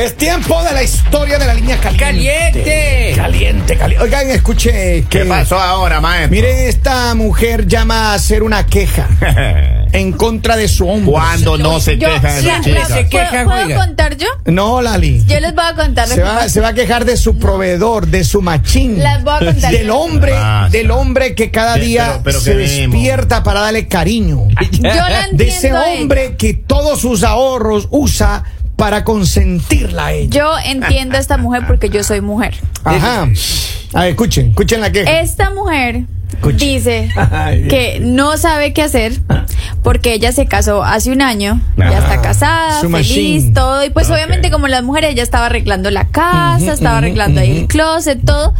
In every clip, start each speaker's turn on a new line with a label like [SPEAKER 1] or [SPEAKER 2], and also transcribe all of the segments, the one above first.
[SPEAKER 1] Es tiempo de la historia de la línea caliente.
[SPEAKER 2] ¡Caliente!
[SPEAKER 1] Caliente, caliente. Oigan, escuche que.
[SPEAKER 2] ¿Qué pasó ahora, maestro?
[SPEAKER 1] Miren, esta mujer llama a hacer una queja en contra de su hombre.
[SPEAKER 2] Cuando no se
[SPEAKER 3] Yo,
[SPEAKER 2] quejan
[SPEAKER 3] la-
[SPEAKER 2] las
[SPEAKER 3] la-
[SPEAKER 2] chicas. Se
[SPEAKER 3] ¿puedo,
[SPEAKER 2] quejan,
[SPEAKER 3] puedo
[SPEAKER 2] oiga.
[SPEAKER 3] contar yo?
[SPEAKER 1] No, Lali.
[SPEAKER 3] Yo les voy a contar. lo
[SPEAKER 1] Se
[SPEAKER 3] que
[SPEAKER 1] va,
[SPEAKER 3] pasa.
[SPEAKER 1] se va a quejar de su proveedor, de su machín.
[SPEAKER 3] Las voy a contar.
[SPEAKER 1] Del hombre,
[SPEAKER 2] Ah, sí.
[SPEAKER 1] del hombre que cada
[SPEAKER 2] Sí,
[SPEAKER 1] día
[SPEAKER 2] pero- pero
[SPEAKER 1] se
[SPEAKER 2] que vemos.
[SPEAKER 1] despierta para darle cariño.
[SPEAKER 3] Yo la entiendo.
[SPEAKER 1] De ese
[SPEAKER 3] a ella.
[SPEAKER 1] hombre que todos sus ahorros usa para consentirla a ella.
[SPEAKER 3] Yo entiendo a esta mujer porque yo soy mujer.
[SPEAKER 1] Ajá. A ver, escuchen, escuchen la queja.
[SPEAKER 3] Esta mujer
[SPEAKER 1] Escuche.
[SPEAKER 3] dice
[SPEAKER 1] Ay, Dios.
[SPEAKER 3] que no sabe qué hacer porque ella se casó hace un año, ya
[SPEAKER 1] Ah,
[SPEAKER 3] está casada,
[SPEAKER 1] su machine.
[SPEAKER 3] feliz, todo. Y pues
[SPEAKER 2] Ok.
[SPEAKER 3] obviamente como las mujeres, ella estaba arreglando la casa, estaba arreglando ahí el closet, todo.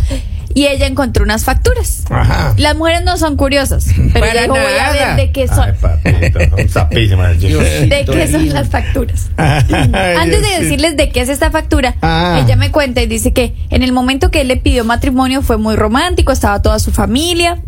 [SPEAKER 3] Y ella encontró unas facturas.
[SPEAKER 1] Ajá.
[SPEAKER 3] Las mujeres no son curiosas, pero
[SPEAKER 2] Para
[SPEAKER 3] ella dijo, voy a
[SPEAKER 2] nada".
[SPEAKER 3] ver de qué
[SPEAKER 2] Ay,
[SPEAKER 3] son,
[SPEAKER 2] papito, son sapísimas las chicas.
[SPEAKER 3] de qué son las facturas.
[SPEAKER 1] Ay,
[SPEAKER 3] Antes de
[SPEAKER 1] Diosito.
[SPEAKER 3] decirles de qué es esta factura,
[SPEAKER 1] Ah.
[SPEAKER 3] ella me cuenta y dice que en el momento que él le pidió matrimonio fue muy romántico, estaba toda su familia.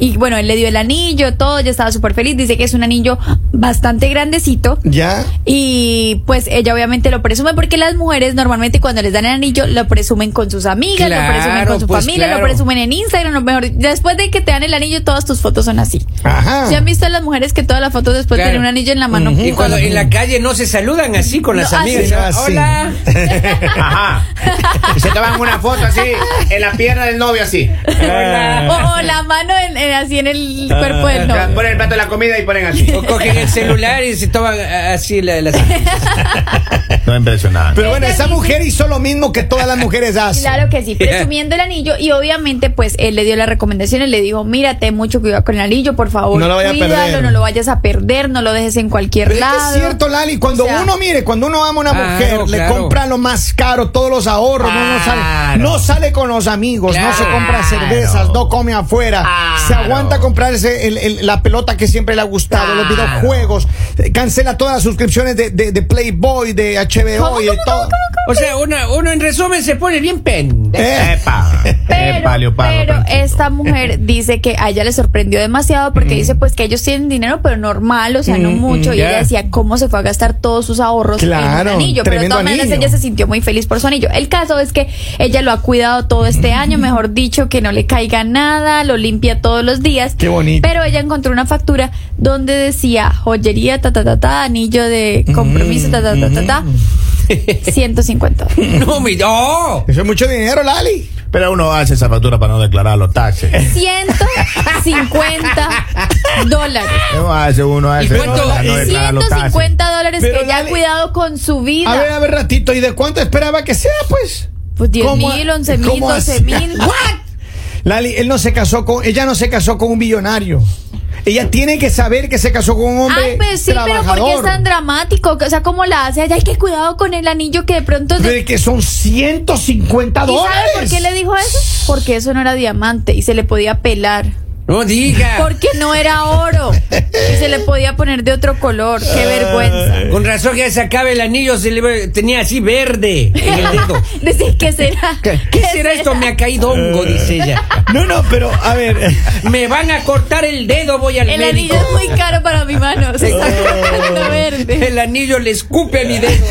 [SPEAKER 3] Y bueno, él le dio el anillo, todo, ella estaba súper feliz. Dice que es un anillo bastante grandecito.
[SPEAKER 1] Ya.
[SPEAKER 3] Y pues ella obviamente lo presume porque las mujeres normalmente cuando les dan el anillo lo presumen con sus amigas,
[SPEAKER 2] Claro,
[SPEAKER 3] lo presumen con su
[SPEAKER 2] pues,
[SPEAKER 3] familia,
[SPEAKER 2] claro.
[SPEAKER 3] lo presumen en Instagram, lo mejor. Después de que te dan el anillo, todas tus fotos son así.
[SPEAKER 1] Ajá.
[SPEAKER 3] ¿Se han visto las mujeres que todas las fotos después
[SPEAKER 4] Claro.
[SPEAKER 3] tienen un anillo en la mano?
[SPEAKER 4] Y cuando en la calle no se saludan así con
[SPEAKER 3] No,
[SPEAKER 4] las
[SPEAKER 3] así.
[SPEAKER 4] amigas.
[SPEAKER 1] Ah, Así.
[SPEAKER 4] Hola.
[SPEAKER 2] Ajá. Y se toman una foto así, en la pierna del novio así.
[SPEAKER 3] O, o la mano en- en- así en el cuerpo del
[SPEAKER 1] Ah,
[SPEAKER 2] O sea,
[SPEAKER 3] novio.
[SPEAKER 2] Ponen el plato de la comida y ponen así.
[SPEAKER 4] O cogen el celular y se toman a- así la- las.
[SPEAKER 2] No impresionante.
[SPEAKER 1] Pero bueno,
[SPEAKER 3] Ella
[SPEAKER 1] esa
[SPEAKER 3] dice-
[SPEAKER 1] mujer hizo lo mismo que todas las mujeres hacen.
[SPEAKER 3] Claro que sí, presumiendo el anillo y obviamente pues él le dio las recomendaciones, le dijo, mírate mucho cuidado con el anillo, por favor,
[SPEAKER 1] No lo vaya a
[SPEAKER 3] cuídalo,
[SPEAKER 1] perder".
[SPEAKER 3] no lo vayas a perder, no lo dejes en cualquier
[SPEAKER 1] Pero es que
[SPEAKER 3] lado.
[SPEAKER 1] es cierto, Lali, cuando
[SPEAKER 3] O sea-
[SPEAKER 1] uno, mire, cuando uno ama a una
[SPEAKER 4] Claro,
[SPEAKER 1] mujer, le
[SPEAKER 4] claro.
[SPEAKER 1] compra lo más caro, todos los ahorros, no, no sale,
[SPEAKER 2] Claro.
[SPEAKER 1] no sale con los amigos, no se compra
[SPEAKER 2] Claro.
[SPEAKER 1] cervezas, no come afuera, se
[SPEAKER 2] Claro.
[SPEAKER 1] aguanta comprarse el- el- la pelota que siempre le ha gustado, los
[SPEAKER 2] Claro.
[SPEAKER 1] videojuegos, eh, cancela todas las suscripciones de, de- de Playboy, de HBO
[SPEAKER 3] ¿Cómo,
[SPEAKER 1] y de
[SPEAKER 3] cómo,
[SPEAKER 1] todo.
[SPEAKER 3] cómo, cómo?
[SPEAKER 4] O sea, una- uno en resumen se pone bien pen.
[SPEAKER 1] Eh,
[SPEAKER 2] Epa.
[SPEAKER 3] Pero,
[SPEAKER 2] Epa, leopardo,
[SPEAKER 3] pero
[SPEAKER 2] tranquilo.
[SPEAKER 3] esta mujer dice que a ella le sorprendió demasiado porque
[SPEAKER 1] Mm.
[SPEAKER 3] dice pues que ellos tienen dinero pero normal, o sea, no mucho. Y
[SPEAKER 4] ya.
[SPEAKER 3] ella decía cómo se fue a gastar todos sus ahorros en
[SPEAKER 1] Claro,
[SPEAKER 3] un anillo. Pero de
[SPEAKER 1] tremendo
[SPEAKER 3] todas maneras
[SPEAKER 1] anillo.
[SPEAKER 3] ella se sintió muy feliz por su anillo. El caso es que ella lo ha cuidado todo este
[SPEAKER 1] Mm.
[SPEAKER 3] año, mejor dicho, que no le caiga nada, lo limpia todos los días.
[SPEAKER 1] Qué bonito.
[SPEAKER 3] Pero ella encontró una factura donde decía joyería, ta, ta, ta, ta, anillo de compromiso, ta, ta, ta, ta,
[SPEAKER 1] Mm,
[SPEAKER 3] ta, 150 dólares.
[SPEAKER 4] No, mi. ¡Oh!
[SPEAKER 3] Ah.
[SPEAKER 1] Eso es mucho dinero, Lali. Eh.
[SPEAKER 2] Pero uno hace esa factura para no declarar los taxes.
[SPEAKER 3] 150 dólares.
[SPEAKER 2] Uno hace, uno hace
[SPEAKER 4] cuánto?
[SPEAKER 2] para no declarar los taxes.
[SPEAKER 3] 150 dólares
[SPEAKER 1] Pero
[SPEAKER 3] que ya ha
[SPEAKER 1] dale-
[SPEAKER 3] cuidado con su vida.
[SPEAKER 1] A ver, a ver, ratito, ¿y de cuánto esperaba que sea, pues?
[SPEAKER 3] pues 10
[SPEAKER 1] ¿Cómo
[SPEAKER 3] mil,
[SPEAKER 1] a-
[SPEAKER 3] 11 mil,
[SPEAKER 1] cómo
[SPEAKER 3] 12
[SPEAKER 1] hacía?
[SPEAKER 3] mil.
[SPEAKER 1] Lali, él no se casó con, ella no se casó con un billonario. Ella tiene que saber que se casó con un hombre
[SPEAKER 3] Ay, pero Ah, pues sí, pero ¿por qué
[SPEAKER 1] trabajador.
[SPEAKER 3] es tan dramático? O sea, ¿cómo la hace? Ay, hay que cuidado con el anillo que de pronto... es de-
[SPEAKER 1] Pero es que son 150
[SPEAKER 3] ¿Y
[SPEAKER 1] dólares.
[SPEAKER 3] sabe por qué le dijo eso? Porque eso no era diamante y se le podía pelar.
[SPEAKER 4] No diga.
[SPEAKER 3] Porque no era oro y se le podía poner de otro color. Qué
[SPEAKER 2] Eh.
[SPEAKER 3] vergüenza.
[SPEAKER 4] Con razón ya sacaba el anillo, se le tenía así verde en el dedo.
[SPEAKER 3] Decir, ¿qué será?
[SPEAKER 4] ¿Qué, será esto? Me ha caído hongo, dice ella.
[SPEAKER 1] No, no, pero a ver.
[SPEAKER 4] Me van a cortar el dedo, voy al
[SPEAKER 3] El anillo
[SPEAKER 4] médico.
[SPEAKER 3] es muy caro para mi mano. Se
[SPEAKER 1] Eh.
[SPEAKER 3] está cortando verde.
[SPEAKER 4] El anillo le escupe a mi dedo.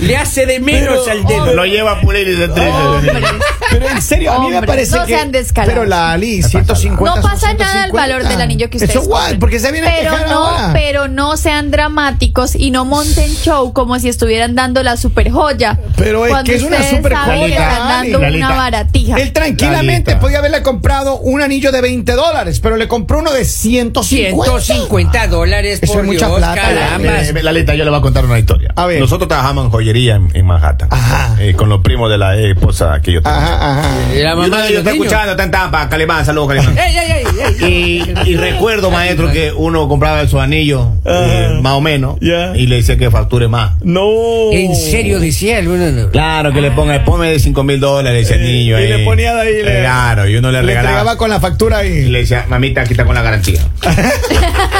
[SPEAKER 4] le hace de menos al dedo.
[SPEAKER 2] Lo lleva a pulir y se
[SPEAKER 3] Hombre.
[SPEAKER 2] triste.
[SPEAKER 1] Pero en serio, a mí me
[SPEAKER 3] Hombre,
[SPEAKER 1] parece
[SPEAKER 3] no
[SPEAKER 1] que.
[SPEAKER 3] sean descarados.
[SPEAKER 1] Pero Lali, 150.
[SPEAKER 3] No
[SPEAKER 1] son
[SPEAKER 3] pasa nada el
[SPEAKER 1] 150.
[SPEAKER 3] valor del anillo que ustedes
[SPEAKER 1] Eso guay,
[SPEAKER 3] compren.
[SPEAKER 1] porque se viene a
[SPEAKER 3] pero
[SPEAKER 1] quejar
[SPEAKER 3] no,
[SPEAKER 1] ahora.
[SPEAKER 3] pero no sean dramáticos y no monten show como si estuvieran dando la super joya.
[SPEAKER 1] Pero es
[SPEAKER 3] cuando
[SPEAKER 1] que es una
[SPEAKER 3] ustedes
[SPEAKER 1] super
[SPEAKER 3] saben que
[SPEAKER 1] joya,
[SPEAKER 3] están
[SPEAKER 1] Lali.
[SPEAKER 3] dando
[SPEAKER 2] Lalita,
[SPEAKER 3] una baratija.
[SPEAKER 1] Él tranquilamente
[SPEAKER 2] Lalita.
[SPEAKER 1] podía haberle comprado un anillo de 20 dólares, pero le compró uno de 150.
[SPEAKER 4] 150 dólares
[SPEAKER 1] Eso
[SPEAKER 4] por
[SPEAKER 1] es mucha
[SPEAKER 4] Dios,
[SPEAKER 1] plata,
[SPEAKER 4] caramba.
[SPEAKER 2] Eh, eh, Lalita, yo le voy a contar una historia.
[SPEAKER 1] A ver.
[SPEAKER 2] Nosotros trabajamos en joyería en, en Manhattan.
[SPEAKER 1] Ajá.
[SPEAKER 2] Eh, con los primos de la esposa que yo tengo.
[SPEAKER 1] Ajá, ajá.
[SPEAKER 4] La
[SPEAKER 2] Y uno
[SPEAKER 4] mamá de
[SPEAKER 2] de ellos
[SPEAKER 4] los
[SPEAKER 2] está
[SPEAKER 4] niños.
[SPEAKER 2] escuchando, está en Tampa, Calimán, saludos Calimán.
[SPEAKER 4] Ey, ey, ey, ey.
[SPEAKER 2] Y, y recuerdo, maestro, que uno compraba su anillo, eh, más o menos,
[SPEAKER 1] Ya.
[SPEAKER 2] y le decía que facture más.
[SPEAKER 1] No.
[SPEAKER 4] En serio decía el uno, no.
[SPEAKER 2] Claro, que le ponga, ponme de 5 mil dólares ese niño.
[SPEAKER 1] y le
[SPEAKER 2] ahí.
[SPEAKER 1] ponía de ahí, le-
[SPEAKER 2] Eh, Claro, y uno le
[SPEAKER 1] Le entregaba
[SPEAKER 2] regalaba.
[SPEAKER 1] con la factura
[SPEAKER 2] Y
[SPEAKER 1] ahí.
[SPEAKER 2] le decía, mamita, aquí está con la garantía.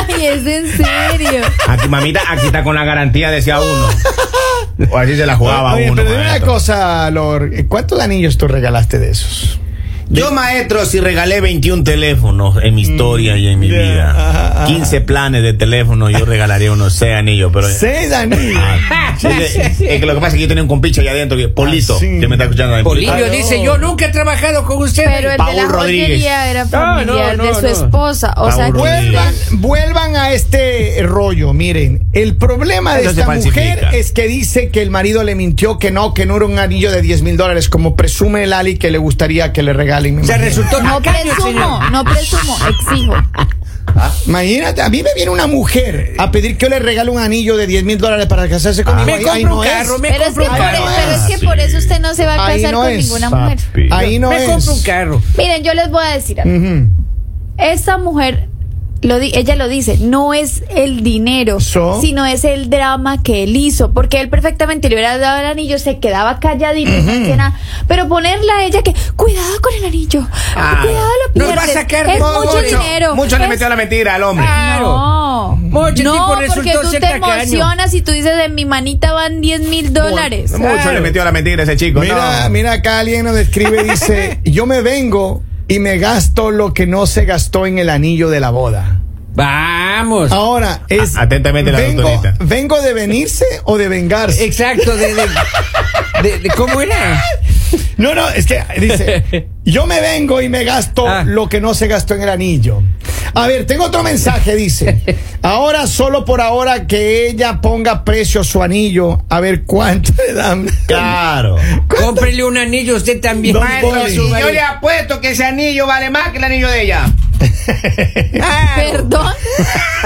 [SPEAKER 3] Ay, es en serio.
[SPEAKER 2] Aquí, mamita, aquí está con la garantía, decía uno. O así se la jugaba
[SPEAKER 1] Oye,
[SPEAKER 2] uno.
[SPEAKER 1] pero dime una
[SPEAKER 2] maestro.
[SPEAKER 1] cosa, Lor. ¿Cuántos anillos tú regalaste de esos?
[SPEAKER 2] Yo, maestro, si regalé 21 teléfonos en mi historia y en mi
[SPEAKER 1] Mm, ya,
[SPEAKER 2] vida,
[SPEAKER 1] ajá, ajá.
[SPEAKER 2] 15 planes de teléfono, yo regalaría unos 6 anillos, pero...
[SPEAKER 1] Sí, Danilo.
[SPEAKER 2] Ah, sí, sí, es que lo que pasa es que yo tenía un compicho allá adentro, que Polito,
[SPEAKER 1] Ah, sí.
[SPEAKER 2] que me está escuchando. ahí,
[SPEAKER 4] Polillo
[SPEAKER 1] Ah, no.
[SPEAKER 4] dice, yo nunca he trabajado con usted.
[SPEAKER 3] Pero el de
[SPEAKER 2] Paul
[SPEAKER 3] la
[SPEAKER 2] Rodríguez.
[SPEAKER 3] joyería era
[SPEAKER 4] No, no,
[SPEAKER 3] familiar de
[SPEAKER 4] no,
[SPEAKER 3] su
[SPEAKER 4] no.
[SPEAKER 3] esposa. O
[SPEAKER 2] Paul
[SPEAKER 3] sea, que-
[SPEAKER 2] Rodríguez.
[SPEAKER 1] Vuelvan, vuelvan a este rollo, miren. El problema de
[SPEAKER 2] Eso se
[SPEAKER 1] esta
[SPEAKER 2] falsifica.
[SPEAKER 1] mujer es que dice que el marido le mintió que no, que no era un anillo de 10 mil dólares, como presume Lali que le gustaría que le regalen. me
[SPEAKER 4] Se
[SPEAKER 1] imagino.
[SPEAKER 4] resultó
[SPEAKER 3] no
[SPEAKER 4] tacaño, señor.
[SPEAKER 3] presumo, no presumo, exijo.
[SPEAKER 1] Imagínate, a mí me viene una mujer a pedir que yo le regale un anillo de 10 mil dólares para casarse conmigo.
[SPEAKER 4] Ah. Me
[SPEAKER 1] Ahí-
[SPEAKER 4] compro
[SPEAKER 1] ahí
[SPEAKER 4] un
[SPEAKER 1] es.
[SPEAKER 4] carro, me
[SPEAKER 3] Pero es, que
[SPEAKER 4] compro
[SPEAKER 3] por, e-
[SPEAKER 4] un carro.
[SPEAKER 3] pero es que
[SPEAKER 4] Ah,
[SPEAKER 3] por eso usted no se va a
[SPEAKER 1] Ahí
[SPEAKER 3] casar
[SPEAKER 1] no
[SPEAKER 3] con
[SPEAKER 1] es,
[SPEAKER 3] ninguna mujer.
[SPEAKER 2] Papi.
[SPEAKER 1] Ahí no
[SPEAKER 4] me
[SPEAKER 1] es.
[SPEAKER 4] compro un carro.
[SPEAKER 3] Miren, yo les voy a decir algo.
[SPEAKER 1] Ujú.
[SPEAKER 3] Esta mujer, lo di- ella lo dice, no es el dinero,
[SPEAKER 1] So.
[SPEAKER 3] sino es el drama que él hizo, porque él perfectamente le hubiera dado el anillo, se quedaba calladito, no hacía nada. pero ponerla a ella que, cuidado con el anillo,
[SPEAKER 4] Ah.
[SPEAKER 3] cuidado lo
[SPEAKER 4] Nos va
[SPEAKER 3] pierdes,
[SPEAKER 4] a sacar
[SPEAKER 3] es
[SPEAKER 4] todo,
[SPEAKER 3] mucho,
[SPEAKER 4] mucho,
[SPEAKER 3] dinero.
[SPEAKER 2] Ah, Mucho le
[SPEAKER 3] es-
[SPEAKER 2] metió la mentira al hombre.
[SPEAKER 3] No,
[SPEAKER 4] Mucho, el tipo
[SPEAKER 3] no, porque
[SPEAKER 4] resultó
[SPEAKER 3] tú
[SPEAKER 4] ser
[SPEAKER 3] te
[SPEAKER 4] tacaño.
[SPEAKER 3] emocionas y tú dices, en mi manita van 10 mil dólares.
[SPEAKER 2] Mucho le metió la mentira a ese chico.
[SPEAKER 1] Mira,
[SPEAKER 2] no.
[SPEAKER 1] mira, acá alguien nos describe, dice, yo me vengo y me gasto lo que no se gastó en el anillo de la boda.
[SPEAKER 4] Vamos.
[SPEAKER 1] Ahora, es...
[SPEAKER 2] A- atentamente la
[SPEAKER 1] vengo,
[SPEAKER 2] doctorita.
[SPEAKER 1] ¿Vengo de venirse o de vengarse?
[SPEAKER 4] Exacto, de, de, de- de- ¿Cómo era?
[SPEAKER 1] No, no, es que dice, yo me vengo y me gasto
[SPEAKER 4] Ah.
[SPEAKER 1] lo que no se gastó en el anillo. A ver, tengo otro mensaje, dice. Ahora, solo por ahora que ella ponga precio a su anillo, a ver cuánto le dan.
[SPEAKER 2] Claro.
[SPEAKER 4] Cómprele un anillo usted también.
[SPEAKER 1] Don
[SPEAKER 2] Maestro,
[SPEAKER 1] Poli.
[SPEAKER 2] si yo le apuesto que ese anillo vale más que el anillo de ella.
[SPEAKER 3] Perdón,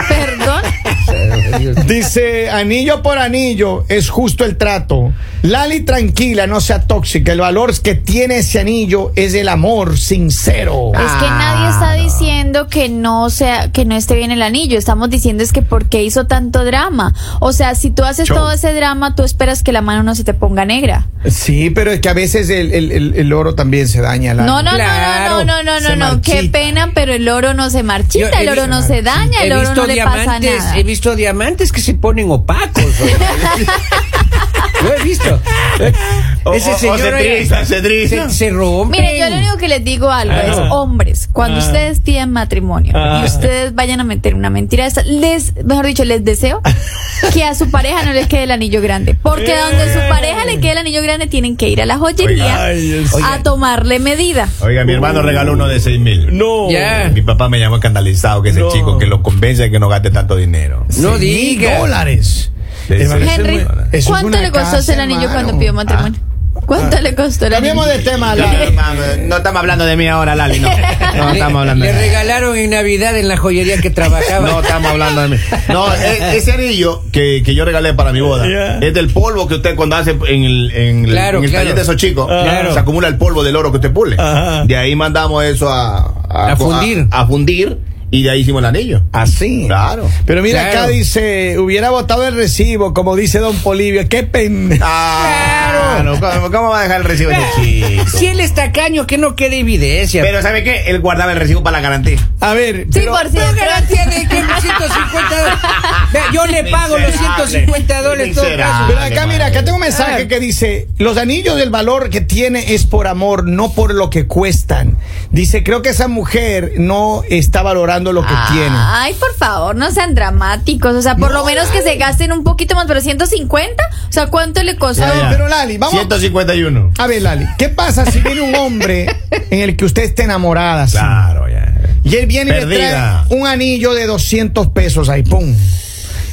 [SPEAKER 3] perdón.
[SPEAKER 1] Dice, anillo por anillo, es justo el trato. Lali, tranquila, no sea tóxica. El valor que tiene ese anillo es el amor sincero.
[SPEAKER 3] Es que nadie está diciendo que no sea, que no esté bien el anillo. Estamos diciendo es que por qué hizo tanto drama. O sea, si tú haces
[SPEAKER 1] Show.
[SPEAKER 3] todo ese drama, tú esperas que la mano no se te ponga negra.
[SPEAKER 1] Sí, pero es que a veces el, el- el- el oro también se daña. Lali.
[SPEAKER 3] No, no,
[SPEAKER 4] Claro,
[SPEAKER 3] no, no, no, no,
[SPEAKER 1] se
[SPEAKER 3] no, no. Qué
[SPEAKER 1] marchita.
[SPEAKER 3] pena, pero el oro no se
[SPEAKER 4] Yo
[SPEAKER 3] marchita,
[SPEAKER 4] he
[SPEAKER 3] el oro
[SPEAKER 4] visto-
[SPEAKER 3] no se daña, el
[SPEAKER 4] He
[SPEAKER 3] oro
[SPEAKER 4] visto
[SPEAKER 3] no le pasa
[SPEAKER 4] diamantes,
[SPEAKER 3] nada.
[SPEAKER 4] he visto diamantes que se ponen opacos. oye. Lo he visto.
[SPEAKER 2] O-
[SPEAKER 4] Ese
[SPEAKER 2] o- o
[SPEAKER 4] señor
[SPEAKER 2] se
[SPEAKER 4] oye,
[SPEAKER 2] trizan, se trizan.
[SPEAKER 4] se, se rompe.
[SPEAKER 3] Miren, yo lo único que les digo algo
[SPEAKER 1] Ah,
[SPEAKER 3] es, hombres, cuando ustedes tienen matrimonio y ustedes vayan a meter una mentira, de esas, les, mejor dicho, les deseo que a su pareja no les quede el anillo grande,
[SPEAKER 1] Eh.
[SPEAKER 3] porque donde su pareja le quede el anillo grande tienen que ir a la joyería a tomarle medida.
[SPEAKER 2] Oiga, mi hermano regaló uno de 6 mil. No.
[SPEAKER 4] Ya.
[SPEAKER 2] Oh, Mi papá me llamó escandalizado que ese chico que lo convence de que no gaste tanto dinero.
[SPEAKER 4] No
[SPEAKER 1] Seis mil
[SPEAKER 4] diga.
[SPEAKER 1] dólares.
[SPEAKER 2] Sí,
[SPEAKER 1] Eh,
[SPEAKER 2] sí.
[SPEAKER 1] eso es
[SPEAKER 3] Henry,
[SPEAKER 1] muy- eso es
[SPEAKER 3] ¿cuánto
[SPEAKER 1] una
[SPEAKER 3] le costó
[SPEAKER 1] casa,
[SPEAKER 3] ese anillo
[SPEAKER 1] hermano. Ah.
[SPEAKER 3] cuando pidió matrimonio? ¿Cuánto le costó el anillo?
[SPEAKER 1] Cambiemos de tema,
[SPEAKER 2] Ya,
[SPEAKER 1] Lali.
[SPEAKER 2] hermano, no estamos hablando de mí ahora, Lali, no. No estamos hablando
[SPEAKER 4] Le
[SPEAKER 2] de mí.
[SPEAKER 4] regalaron en Navidad en la joyería que trabajaba.
[SPEAKER 2] No estamos hablando de mí. No, e- ese anillo que, que yo regalé para mi boda
[SPEAKER 1] Yeah.
[SPEAKER 2] es del polvo que usted cuando hace en el, en el-
[SPEAKER 4] Claro,
[SPEAKER 2] en el
[SPEAKER 4] claro. Ah.
[SPEAKER 2] taller de esos chicos,
[SPEAKER 4] Claro.
[SPEAKER 2] se acumula el polvo del oro que usted pule.
[SPEAKER 1] Ajá.
[SPEAKER 2] De ahí mandamos eso a,
[SPEAKER 4] A fundir. Ah.
[SPEAKER 2] A, fundir y de ahí hicimos el anillo.
[SPEAKER 1] Así.
[SPEAKER 2] Claro.
[SPEAKER 1] Pero mira, acá
[SPEAKER 4] Claro.
[SPEAKER 1] dice, hubiera votado el recibo, como dice don Polivio. Qué pen...
[SPEAKER 2] Ah, claro. ¿Cómo, cómo va a dejar el recibo este chico?
[SPEAKER 4] Si él está caño, que no quede evidencia.
[SPEAKER 2] Pero ¿sabe qué? Él guardaba el recibo para la garantía.
[SPEAKER 1] A ver,
[SPEAKER 3] Sí,
[SPEAKER 1] pero-
[SPEAKER 3] por
[SPEAKER 4] No
[SPEAKER 3] cierto.
[SPEAKER 4] garantía de que los 150 dólares. Vea, Yo le pago los
[SPEAKER 2] Miserable.
[SPEAKER 4] 150 dólares todo caso.
[SPEAKER 1] pero
[SPEAKER 2] Dale,
[SPEAKER 1] acá, mira, acá
[SPEAKER 2] madre.
[SPEAKER 1] tengo un mensaje que dice, los anillos del valor que tiene es por amor, no por lo que cuestan. Dice, creo que esa mujer no está valorando lo que
[SPEAKER 2] Ah.
[SPEAKER 1] tiene.
[SPEAKER 3] Ay, por favor, no sean dramáticos. O sea, por lo menos que se gasten un poquito más, pero 150. O sea, ¿cuánto le costó?
[SPEAKER 2] Ah,
[SPEAKER 1] Ya, ya. Ah, Pero, Lali, vamos-
[SPEAKER 2] 151.
[SPEAKER 1] A ver, Lali, ¿qué pasa si viene un hombre en el que usted esté enamorada? así?
[SPEAKER 2] Claro, ya.
[SPEAKER 1] Y él viene y le
[SPEAKER 2] Perdida.
[SPEAKER 1] trae un anillo de 200 pesos ahí, pum.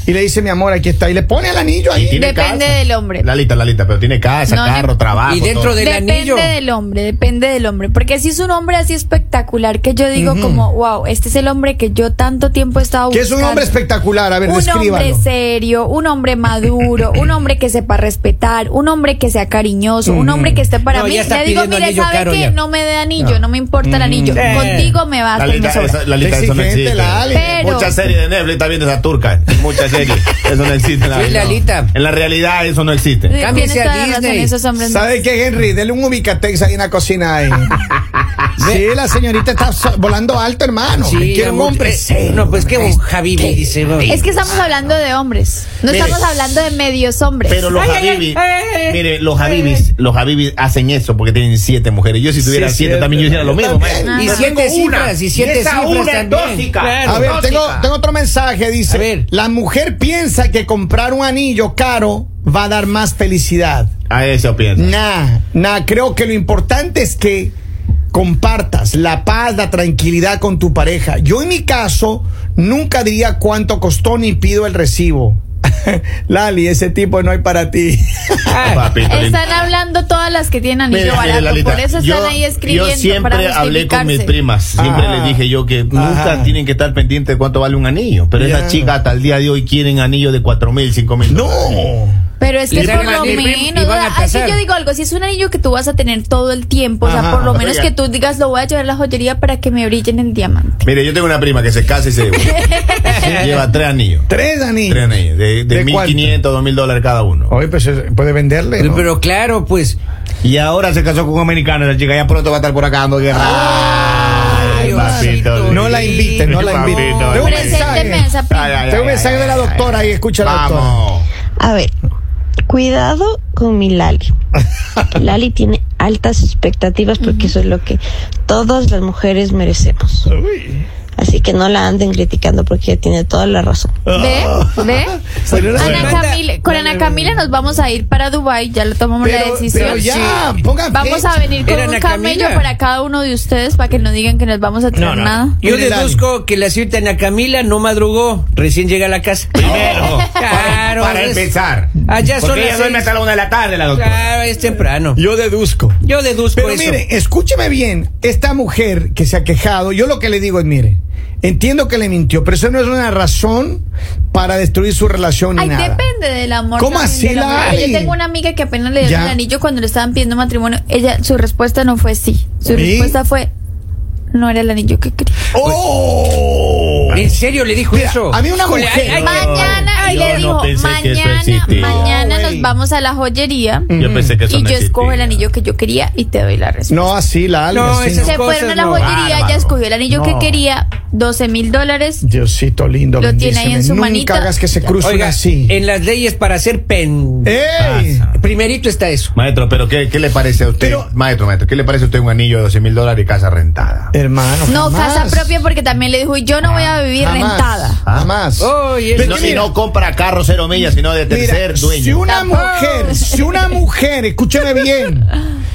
[SPEAKER 1] Y le dice, mi amor, aquí está. Y le pone el anillo
[SPEAKER 2] Y
[SPEAKER 1] ahí.
[SPEAKER 2] tiene
[SPEAKER 3] Depende
[SPEAKER 2] casa.
[SPEAKER 3] del hombre.
[SPEAKER 2] Lalita, Lalita, pero tiene casa,
[SPEAKER 3] No,
[SPEAKER 2] carro,
[SPEAKER 3] no.
[SPEAKER 2] trabajo.
[SPEAKER 4] Y dentro
[SPEAKER 2] todo.
[SPEAKER 4] del
[SPEAKER 3] Depende
[SPEAKER 4] anillo.
[SPEAKER 3] del hombre, depende del hombre. Porque si es un hombre así espectacular que yo digo como, wow, este es el hombre que yo tanto tiempo he estado
[SPEAKER 1] Que
[SPEAKER 3] buscando.
[SPEAKER 1] es un hombre espectacular. A ver,
[SPEAKER 3] un hombre
[SPEAKER 1] descríbalo.
[SPEAKER 3] serio, un hombre maduro, un hombre que sepa respetar, un hombre que sea cariñoso, un hombre que esté para
[SPEAKER 4] No,
[SPEAKER 3] mí.
[SPEAKER 4] ya está
[SPEAKER 3] Le digo,
[SPEAKER 4] pidiendo
[SPEAKER 3] mire,
[SPEAKER 4] anillo,
[SPEAKER 3] ¿sabe
[SPEAKER 4] Caro,
[SPEAKER 3] qué?
[SPEAKER 4] ya.
[SPEAKER 3] No me dé anillo, no, me importa el anillo.
[SPEAKER 4] Eh.
[SPEAKER 3] Contigo me basta y me
[SPEAKER 2] Lalita,
[SPEAKER 3] sobra.
[SPEAKER 2] esa, Lalita, eso no
[SPEAKER 1] Exigente,
[SPEAKER 2] existe.
[SPEAKER 1] Lali.
[SPEAKER 3] Pero-
[SPEAKER 2] Muchas series de Netflix también de esa turca. Muchas serie. Eso no existe en la
[SPEAKER 4] Sí,
[SPEAKER 2] vida.
[SPEAKER 4] Lalita.
[SPEAKER 2] En la realidad eso no existe.
[SPEAKER 3] Sí,
[SPEAKER 4] Cámbiese
[SPEAKER 3] tiene
[SPEAKER 4] a
[SPEAKER 3] toda la razón,
[SPEAKER 4] Disney.
[SPEAKER 3] esos hombres no.
[SPEAKER 1] ¿Sabe qué, Henry? Dele un ubicatex ahí en la cocina. Ahí. sí, la señorita está so- volando alto, hermano.
[SPEAKER 4] Sí,
[SPEAKER 1] Quiero un
[SPEAKER 4] amor,
[SPEAKER 1] hombre
[SPEAKER 4] eh,
[SPEAKER 1] serio.
[SPEAKER 4] No, pues que un Javi me dice.
[SPEAKER 3] Es que estamos hablando de hombres. No
[SPEAKER 2] Mire.
[SPEAKER 3] estamos hablando de medios hombres.
[SPEAKER 2] Pero los
[SPEAKER 4] Ay, ay,
[SPEAKER 2] Habibis,
[SPEAKER 4] ay, ay, ay, ay.
[SPEAKER 2] mire, los Habibis, los Habibis hacen eso porque tienen siete mujeres. Yo si tuviera
[SPEAKER 1] Sí, es
[SPEAKER 2] siete
[SPEAKER 1] cierto.
[SPEAKER 2] también yo hiciera lo
[SPEAKER 1] Yo
[SPEAKER 2] mismo.
[SPEAKER 1] también.
[SPEAKER 2] maestro.
[SPEAKER 4] Y
[SPEAKER 5] Yo
[SPEAKER 4] siete
[SPEAKER 5] tengo una,
[SPEAKER 4] cifras, y
[SPEAKER 5] y
[SPEAKER 4] siete
[SPEAKER 5] esa
[SPEAKER 4] cifras
[SPEAKER 5] una es
[SPEAKER 4] también.
[SPEAKER 5] tóxica.
[SPEAKER 4] Claro.
[SPEAKER 1] A ver, tengo,
[SPEAKER 5] Tóxica.
[SPEAKER 1] tengo otro mensaje. Dice:
[SPEAKER 4] A ver.
[SPEAKER 1] La mujer piensa que comprar un anillo caro va a dar más felicidad.
[SPEAKER 2] A eso pienso.
[SPEAKER 1] Nah, nah, creo que lo importante es que compartas la paz, la tranquilidad con tu pareja. Yo en mi caso nunca diría cuánto costó ni pido el recibo. Lali, ese tipo no hay para ti.
[SPEAKER 2] Papito lindo.
[SPEAKER 3] Están hablando todas las que tienen anillo
[SPEAKER 2] Mire, mire,
[SPEAKER 3] barato.
[SPEAKER 2] Lalita,
[SPEAKER 3] por eso están
[SPEAKER 2] yo-
[SPEAKER 3] ahí escribiendo.
[SPEAKER 2] Yo siempre
[SPEAKER 3] para
[SPEAKER 2] hablé con mis
[SPEAKER 3] justificarse.
[SPEAKER 2] primas. Siempre
[SPEAKER 1] Ah.
[SPEAKER 2] les dije yo que
[SPEAKER 1] Ajá.
[SPEAKER 2] nunca tienen que estar pendientes de cuánto vale un anillo. Pero
[SPEAKER 1] Ya.
[SPEAKER 2] esas chicas hasta el día de hoy quieren anillos de cuatro mil, cinco mil.
[SPEAKER 1] No.
[SPEAKER 3] Pero es
[SPEAKER 4] Y
[SPEAKER 3] que
[SPEAKER 4] van
[SPEAKER 3] por
[SPEAKER 4] a
[SPEAKER 3] lo
[SPEAKER 4] venir,
[SPEAKER 3] menos,
[SPEAKER 4] y van a
[SPEAKER 3] o sea, así
[SPEAKER 4] casar.
[SPEAKER 3] yo digo algo, si es un anillo que tú vas a tener todo el tiempo, o
[SPEAKER 1] Ajá.
[SPEAKER 3] sea, por lo menos
[SPEAKER 2] Oiga.
[SPEAKER 3] que tú digas, lo voy a llevar a la joyería para que me brillen el diamante.
[SPEAKER 2] Mire, yo tengo una prima que se casa y se lleva tres anillos.
[SPEAKER 1] Tres
[SPEAKER 2] Tres
[SPEAKER 1] anillos.
[SPEAKER 2] anillos. De, de
[SPEAKER 1] ¿De
[SPEAKER 2] 1500, 2000 dólares cada uno.
[SPEAKER 1] Oye, pues eh, puede venderle. ¿no?
[SPEAKER 4] Pero claro, pues.
[SPEAKER 2] Y ahora se casó con un americano. La chica ya pronto va a estar por acá dando guerra. Ay,
[SPEAKER 4] Diosito
[SPEAKER 2] papito.
[SPEAKER 1] No la inviten, no la
[SPEAKER 2] Papito
[SPEAKER 1] inviten.
[SPEAKER 2] lindo.
[SPEAKER 1] Tengo un
[SPEAKER 3] Presénteme
[SPEAKER 1] mensaje.
[SPEAKER 3] a esa prima.
[SPEAKER 2] Ay, ay,
[SPEAKER 1] Tengo un
[SPEAKER 2] ay,
[SPEAKER 1] mensaje
[SPEAKER 2] ay,
[SPEAKER 1] de la
[SPEAKER 2] ay,
[SPEAKER 1] doctora ahí, escucha la doctora.
[SPEAKER 2] Vamos.
[SPEAKER 6] A ver, cuidado con mi Lali. Lali tiene altas expectativas porque eso es lo que todas las mujeres merecemos. Así que no la anden criticando porque ella tiene toda la razón.
[SPEAKER 3] ¿Ve? ¿Ve?
[SPEAKER 4] Pues,
[SPEAKER 1] Pero no se
[SPEAKER 3] Ana
[SPEAKER 1] manda-
[SPEAKER 3] Camila- con Ana Camila nos vamos a ir para Dubai, ya lo tomamos la
[SPEAKER 1] Pero-
[SPEAKER 3] decisión.
[SPEAKER 1] pero ya,
[SPEAKER 3] Sí.
[SPEAKER 1] pongan
[SPEAKER 3] Vamos
[SPEAKER 1] fecha.
[SPEAKER 3] a venir con
[SPEAKER 4] Era
[SPEAKER 3] un
[SPEAKER 4] Ana
[SPEAKER 3] camello
[SPEAKER 4] Camila.
[SPEAKER 3] para cada uno de ustedes para que no digan que nos vamos a traer nada.
[SPEAKER 4] Yo
[SPEAKER 1] Mire, Dani.
[SPEAKER 4] deduzco que la cierta Ana Camila no madrugó, recién llega a la casa.
[SPEAKER 2] Primero.
[SPEAKER 4] Claro,
[SPEAKER 2] Para
[SPEAKER 4] es-
[SPEAKER 2] empezar.
[SPEAKER 4] Allá son
[SPEAKER 2] Porque
[SPEAKER 4] las
[SPEAKER 2] ella duerme
[SPEAKER 4] seis.
[SPEAKER 2] hasta la una de la tarde, la doctora.
[SPEAKER 4] Claro, es temprano.
[SPEAKER 1] Yo deduzco.
[SPEAKER 4] Yo deduzco
[SPEAKER 1] Pero
[SPEAKER 4] eso.
[SPEAKER 1] mire, escúcheme bien, esta mujer que se ha quejado, yo lo que le digo es, mire, entiendo que le mintió, pero eso no es una razón para destruir su relación ni
[SPEAKER 3] Ay,
[SPEAKER 1] nada.
[SPEAKER 3] depende del amor.
[SPEAKER 1] ¿Cómo
[SPEAKER 3] también,
[SPEAKER 1] así,
[SPEAKER 3] del amor. Porque
[SPEAKER 1] Lali?
[SPEAKER 3] Yo tengo una amiga que apenas le
[SPEAKER 1] Ya.
[SPEAKER 3] dieron el anillo cuando le estaban pidiendo matrimonio. Ella, su respuesta no fue sí. Su
[SPEAKER 1] ¿Sí?
[SPEAKER 3] respuesta fue, no era el anillo que quería.
[SPEAKER 1] ¡Oh!
[SPEAKER 4] ¿En serio le dijo
[SPEAKER 1] Mira,
[SPEAKER 4] eso?
[SPEAKER 1] a mí una
[SPEAKER 4] Híjole,
[SPEAKER 1] mujer-
[SPEAKER 4] ay, ay,
[SPEAKER 3] Mañana, y
[SPEAKER 2] yo
[SPEAKER 3] le
[SPEAKER 2] no
[SPEAKER 3] dijo,
[SPEAKER 2] pensé que eso
[SPEAKER 3] mañana,
[SPEAKER 2] existía.
[SPEAKER 3] mañana
[SPEAKER 1] No, güey.
[SPEAKER 3] nos vamos a la joyería
[SPEAKER 2] Yo pensé que eso
[SPEAKER 3] y
[SPEAKER 2] no
[SPEAKER 3] yo
[SPEAKER 2] existía.
[SPEAKER 3] escojo el anillo que yo quería y te doy la respuesta.
[SPEAKER 1] Mm. No, así, la alma.
[SPEAKER 4] No,
[SPEAKER 1] así,
[SPEAKER 4] ese
[SPEAKER 1] no.
[SPEAKER 4] es-
[SPEAKER 3] Se fueron
[SPEAKER 4] cosas
[SPEAKER 3] a la
[SPEAKER 4] no.
[SPEAKER 3] joyería,
[SPEAKER 2] Bárbaro.
[SPEAKER 3] ella escogió el anillo
[SPEAKER 1] No.
[SPEAKER 3] que quería, 12 mil dólares.
[SPEAKER 1] Diosito lindo,
[SPEAKER 3] Lo tiene
[SPEAKER 1] bendíceme.
[SPEAKER 3] ahí en su
[SPEAKER 1] Nunca
[SPEAKER 3] manita.
[SPEAKER 1] hagas que se cruce
[SPEAKER 4] Oiga,
[SPEAKER 1] una así.
[SPEAKER 4] en las leyes para ser pen...
[SPEAKER 1] ¡Ey!
[SPEAKER 2] Pasa.
[SPEAKER 4] Primerito está eso.
[SPEAKER 2] Maestro, pero ¿qué, qué le parece a usted?
[SPEAKER 1] Pero-
[SPEAKER 2] maestro, maestro, ¿qué le parece a usted un anillo de 12 mil dólares y casa rentada?
[SPEAKER 1] Hermano.
[SPEAKER 3] No,
[SPEAKER 1] jamás.
[SPEAKER 3] casa propia porque también le dijo, yo no voy a vivir
[SPEAKER 1] Jamás,
[SPEAKER 3] rentada.
[SPEAKER 1] Jamás.
[SPEAKER 4] Oye,
[SPEAKER 1] Pero
[SPEAKER 2] no,
[SPEAKER 1] es
[SPEAKER 2] y
[SPEAKER 1] que mira,
[SPEAKER 2] no compra carro cero millas, sino de
[SPEAKER 1] Mira,
[SPEAKER 2] tercer dueño.
[SPEAKER 1] Si una mujer, si una mujer, escúcheme bien,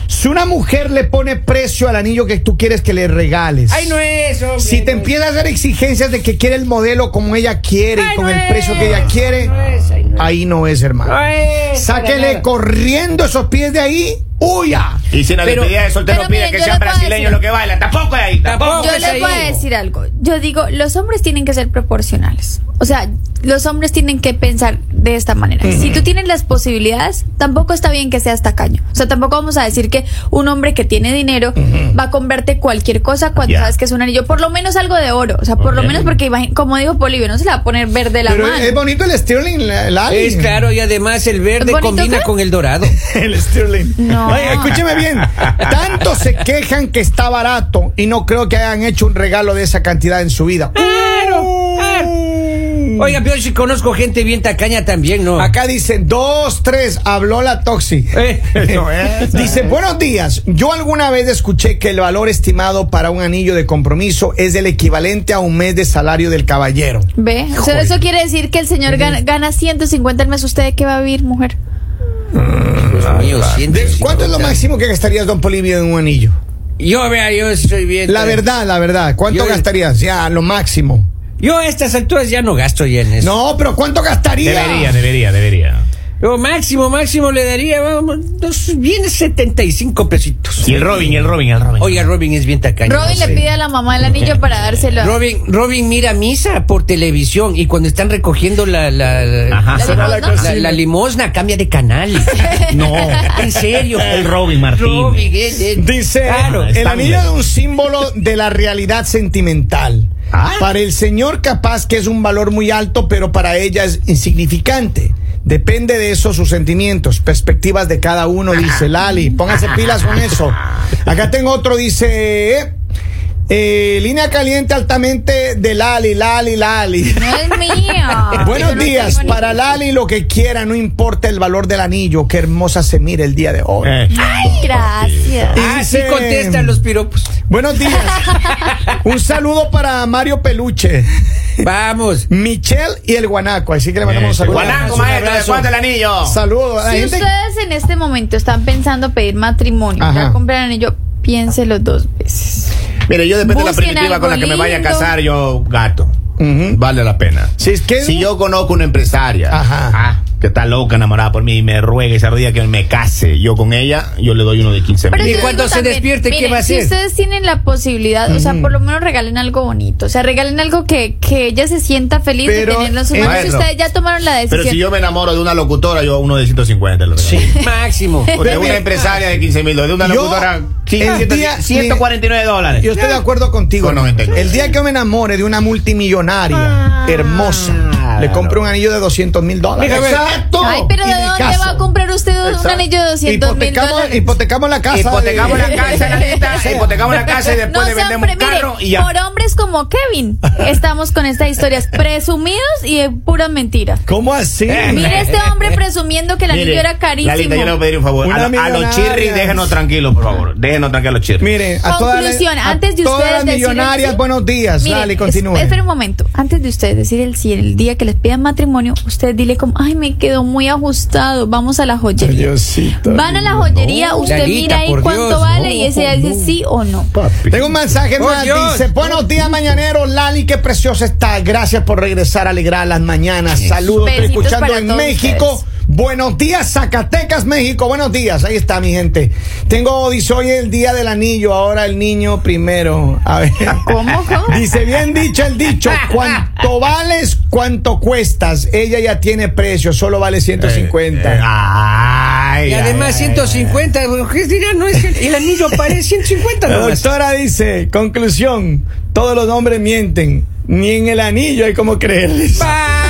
[SPEAKER 1] si una mujer le pone precio al anillo que tú quieres que le regales.
[SPEAKER 4] Ay, no es, hombre,
[SPEAKER 1] Si te
[SPEAKER 4] no es.
[SPEAKER 1] empieza a hacer exigencias de que quiere el modelo como ella quiere y
[SPEAKER 4] Ay,
[SPEAKER 1] con
[SPEAKER 4] no
[SPEAKER 1] el
[SPEAKER 4] es,
[SPEAKER 1] precio que ella quiere,
[SPEAKER 4] no es, ay, no es.
[SPEAKER 1] ahí no es, hermano.
[SPEAKER 4] No es, para
[SPEAKER 1] Sáquele
[SPEAKER 4] nada.
[SPEAKER 1] corriendo esos pies de ahí, huya.
[SPEAKER 2] Y si la
[SPEAKER 4] Pero-
[SPEAKER 2] despedida de soltero
[SPEAKER 3] pero
[SPEAKER 2] pide
[SPEAKER 3] mire,
[SPEAKER 2] que
[SPEAKER 3] yo
[SPEAKER 2] sean
[SPEAKER 3] le puedo
[SPEAKER 2] brasileños
[SPEAKER 3] decir-
[SPEAKER 2] los que bailan, tampoco es ahí.
[SPEAKER 4] Tampoco
[SPEAKER 3] Yo
[SPEAKER 4] es ahí.
[SPEAKER 3] les voy a decir algo. Yo digo, los hombres tienen que ser proporcionales. O sea, los hombres tienen que pensar de esta manera. Si tú tienes las posibilidades, tampoco está bien que seas tacaño. O sea, tampoco vamos a decir que un hombre que tiene dinero va a comprarte cualquier cosa cuando
[SPEAKER 2] Ya.
[SPEAKER 3] sabes que es un anillo. Por lo menos algo de oro. O sea, por lo
[SPEAKER 2] Ok.
[SPEAKER 3] menos porque, imagi- como dijo Polivio, no se la va a poner verde la
[SPEAKER 1] Pero eh,
[SPEAKER 3] mano.
[SPEAKER 1] es, es bonito el Sterling, la, la Ali.
[SPEAKER 4] Es claro, y además el verde
[SPEAKER 3] ¿Bonito
[SPEAKER 4] combina
[SPEAKER 3] qué?
[SPEAKER 4] con el dorado.
[SPEAKER 1] El Sterling.
[SPEAKER 3] No.
[SPEAKER 4] Ah.
[SPEAKER 1] Oye, escúcheme bien. Tanto se quejan que está barato y no creo que hayan hecho un regalo de esa cantidad en su vida.
[SPEAKER 4] Oiga, pero yo sí conozco gente bien tacaña también, ¿no?
[SPEAKER 1] Mm. Acá dicen, dos, tres, habló la Toxi.
[SPEAKER 4] Eh, eso
[SPEAKER 1] Dice, buenos días. Yo alguna vez escuché que el valor estimado para un anillo de compromiso es el equivalente a un mes de salario del caballero.
[SPEAKER 3] ¿Ve? O sea, eso quiere decir que el señor gana, gana 150 al mes. ¿Usted de qué va a vivir, mujer?
[SPEAKER 4] Dios mío, siento,
[SPEAKER 1] Ah, ¿De-
[SPEAKER 4] siento.
[SPEAKER 1] ¿Cuánto es lo máximo que gastarías, don Polivio, en un anillo?
[SPEAKER 4] Yo, vea, yo soy bien.
[SPEAKER 1] La verdad, la verdad. ¿Cuánto
[SPEAKER 4] Yo-
[SPEAKER 1] gastarías? Ya, lo máximo.
[SPEAKER 4] Yo a estas alturas ya no gasto ya en eso.
[SPEAKER 1] No, pero ¿cuánto gastarías?
[SPEAKER 2] Debería, debería, debería.
[SPEAKER 4] Yo máximo, máximo le daría, vamos, dos, bien 75 pesitos.
[SPEAKER 2] Y el Robin, y el Robin, el Robin.
[SPEAKER 4] Oiga, Robin es bien tacaño.
[SPEAKER 3] Robin
[SPEAKER 4] no sé.
[SPEAKER 3] le pide a la mamá el anillo para dárselo. a-
[SPEAKER 4] Robin, Robin mira misa por televisión y cuando están recogiendo la, la,
[SPEAKER 2] Ajá.
[SPEAKER 4] la,
[SPEAKER 3] La
[SPEAKER 4] la-
[SPEAKER 3] limosna.
[SPEAKER 4] la- la limosna, cambia de canal.
[SPEAKER 2] No.
[SPEAKER 4] en serio.
[SPEAKER 2] El Robin Martínez. Ah,
[SPEAKER 4] Robin, eh, eh.
[SPEAKER 1] Dice,
[SPEAKER 4] Claro.
[SPEAKER 1] el
[SPEAKER 2] está
[SPEAKER 1] anillo
[SPEAKER 2] bien.
[SPEAKER 1] es un símbolo de la realidad sentimental.
[SPEAKER 2] Ah.
[SPEAKER 1] Para el señor capaz que es un valor muy alto, pero para ella es insignificante. Depende de eso sus sentimientos, perspectivas de cada uno,
[SPEAKER 2] Ah.
[SPEAKER 1] dice Lali. Pónganse pilas con eso. Acá tengo otro, dice... eh, línea caliente altamente de Lali, Lali, Lali.
[SPEAKER 3] No es mío. Yo
[SPEAKER 1] Buenos
[SPEAKER 3] Ah, no
[SPEAKER 1] días,
[SPEAKER 3] tengo ni-
[SPEAKER 1] para Lali lo que quiera, no importa el valor del anillo, qué hermosa se mira el día de hoy.
[SPEAKER 2] Eh.
[SPEAKER 3] Ay, gracias.
[SPEAKER 4] Ah, sí
[SPEAKER 1] Dice-
[SPEAKER 4] contestan los piropos.
[SPEAKER 1] Buenos días. Un saludo para Mario Peluche,
[SPEAKER 4] Vamos.
[SPEAKER 1] Michelle y el Guanaco. Así que le mandamos un saludo.
[SPEAKER 2] Guanaco, Eh, maestro, ¿de cuánto el anillo?
[SPEAKER 1] Saludos.
[SPEAKER 3] Si ustedes en este momento están pensando pedir matrimonio,
[SPEAKER 1] Ajá.
[SPEAKER 3] ya comprar anillo, piénselo dos veces.
[SPEAKER 2] Mire, yo depende de la
[SPEAKER 3] Busquen
[SPEAKER 2] primitiva
[SPEAKER 3] algo
[SPEAKER 2] con la que me vaya a
[SPEAKER 3] lindo.
[SPEAKER 2] casar, yo gato.
[SPEAKER 1] Ujú.
[SPEAKER 2] Vale la pena.
[SPEAKER 1] Si es que-
[SPEAKER 2] Si yo conozco una empresaria
[SPEAKER 1] Ajá.
[SPEAKER 2] ah, que está loca, enamorada por mí, y me ruega esa rodilla que me case yo con ella, yo le doy uno de 15
[SPEAKER 3] Pero
[SPEAKER 2] mil.
[SPEAKER 4] Y
[SPEAKER 3] yo
[SPEAKER 4] cuando
[SPEAKER 3] digo
[SPEAKER 4] se despierte, ¿qué va a
[SPEAKER 3] Si
[SPEAKER 4] hacer?
[SPEAKER 3] ustedes tienen la posibilidad, o sea, por lo menos regalen algo bonito. O sea, regalen algo que, que ella se sienta feliz
[SPEAKER 1] Pero,
[SPEAKER 3] de tenerlo en sus
[SPEAKER 1] eh,
[SPEAKER 3] manos. Si
[SPEAKER 2] maestro,
[SPEAKER 3] ustedes ya tomaron la decisión.
[SPEAKER 2] Pero si yo me enamoro de una locutora, yo uno de 150 le regalo.
[SPEAKER 4] Máximo.
[SPEAKER 2] Porque una empresaria de 15 mil dólares, de una
[SPEAKER 1] Yo,
[SPEAKER 2] locutora,
[SPEAKER 1] el
[SPEAKER 2] 100,
[SPEAKER 1] día-
[SPEAKER 2] 149 dólares.
[SPEAKER 1] Yo estoy de acuerdo contigo.
[SPEAKER 2] Con 99.
[SPEAKER 1] El día que yo me enamore de una multimillonaria
[SPEAKER 3] Ah.
[SPEAKER 1] hermosa, le compro un anillo de 200 mil dólares.
[SPEAKER 4] Mira, a ver.
[SPEAKER 3] Ay, pero ¿de dónde va a comprar usted un anillo de 200 mil
[SPEAKER 1] Hipotecamos,
[SPEAKER 3] dólares?
[SPEAKER 1] hipotecamos la casa.
[SPEAKER 2] Hipotecamos
[SPEAKER 1] de-
[SPEAKER 2] la casa, la neta, hipotecamos la casa y después le
[SPEAKER 3] sean
[SPEAKER 2] vendemos un
[SPEAKER 3] pre- mire,
[SPEAKER 2] carro y ya.
[SPEAKER 3] Por hombres como Kevin, estamos con estas historias presumidos y de pura mentira.
[SPEAKER 1] ¿Cómo así?
[SPEAKER 3] Mire este hombre presumiendo que el anillo
[SPEAKER 2] Mire,
[SPEAKER 3] era carísimo.
[SPEAKER 2] Lalita, yo le voy a pedir un favor.
[SPEAKER 1] Una
[SPEAKER 2] A, lo- a los
[SPEAKER 1] millonaria.
[SPEAKER 2] chirris, déjenos tranquilos, por favor. Déjenos tranquilos a los chirris.
[SPEAKER 1] Mire, a todas las,
[SPEAKER 3] Conclusión,
[SPEAKER 1] a
[SPEAKER 3] antes de
[SPEAKER 1] todas
[SPEAKER 3] ustedes
[SPEAKER 1] las
[SPEAKER 3] decir el
[SPEAKER 1] millonarias,
[SPEAKER 3] sí.
[SPEAKER 1] buenos días.
[SPEAKER 3] Miren,
[SPEAKER 1] Dale,
[SPEAKER 3] es-
[SPEAKER 1] continúe.
[SPEAKER 3] Espera un momento. Antes de ustedes decir el sí, el día que les pidan matrimonio, usted dile como, ay, me quedó muy ajustado, vamos a la joyería.
[SPEAKER 1] Diosito
[SPEAKER 3] Van a la joyería,
[SPEAKER 4] No,
[SPEAKER 3] usted
[SPEAKER 4] Lalita,
[SPEAKER 3] mira ahí
[SPEAKER 4] por
[SPEAKER 3] cuánto
[SPEAKER 4] Dios,
[SPEAKER 3] vale
[SPEAKER 4] no,
[SPEAKER 3] y ese ya dice sí o no.
[SPEAKER 1] Tengo un mensaje
[SPEAKER 4] Por
[SPEAKER 1] más.
[SPEAKER 4] Dios. Oh.
[SPEAKER 1] Dice: Buenos días, mañanero. Lali, qué preciosa está. Gracias por regresar a alegrar las mañanas. Saludos. Estoy
[SPEAKER 3] Besitos
[SPEAKER 1] escuchando
[SPEAKER 3] para
[SPEAKER 1] en
[SPEAKER 3] todos
[SPEAKER 1] México.
[SPEAKER 3] ustedes.
[SPEAKER 1] Buenos días, Zacatecas, México. Buenos días. Ahí está, mi gente. Tengo, dice hoy el día del anillo. Ahora el niño primero. A ver.
[SPEAKER 3] ¿Cómo? cómo?
[SPEAKER 1] Dice, bien dicho el dicho, cuanto vales, cuánto cuestas. Ella ya tiene precio, solo vale 150.
[SPEAKER 2] Eh,
[SPEAKER 4] ah,
[SPEAKER 2] ay,
[SPEAKER 4] Y además 150, bueno, ¿qué dirán? No es el, el anillo parece 150
[SPEAKER 1] La
[SPEAKER 4] nomás.
[SPEAKER 1] doctora dice, conclusión, todos los hombres mienten, ni en el anillo hay como creerles.
[SPEAKER 4] Pa-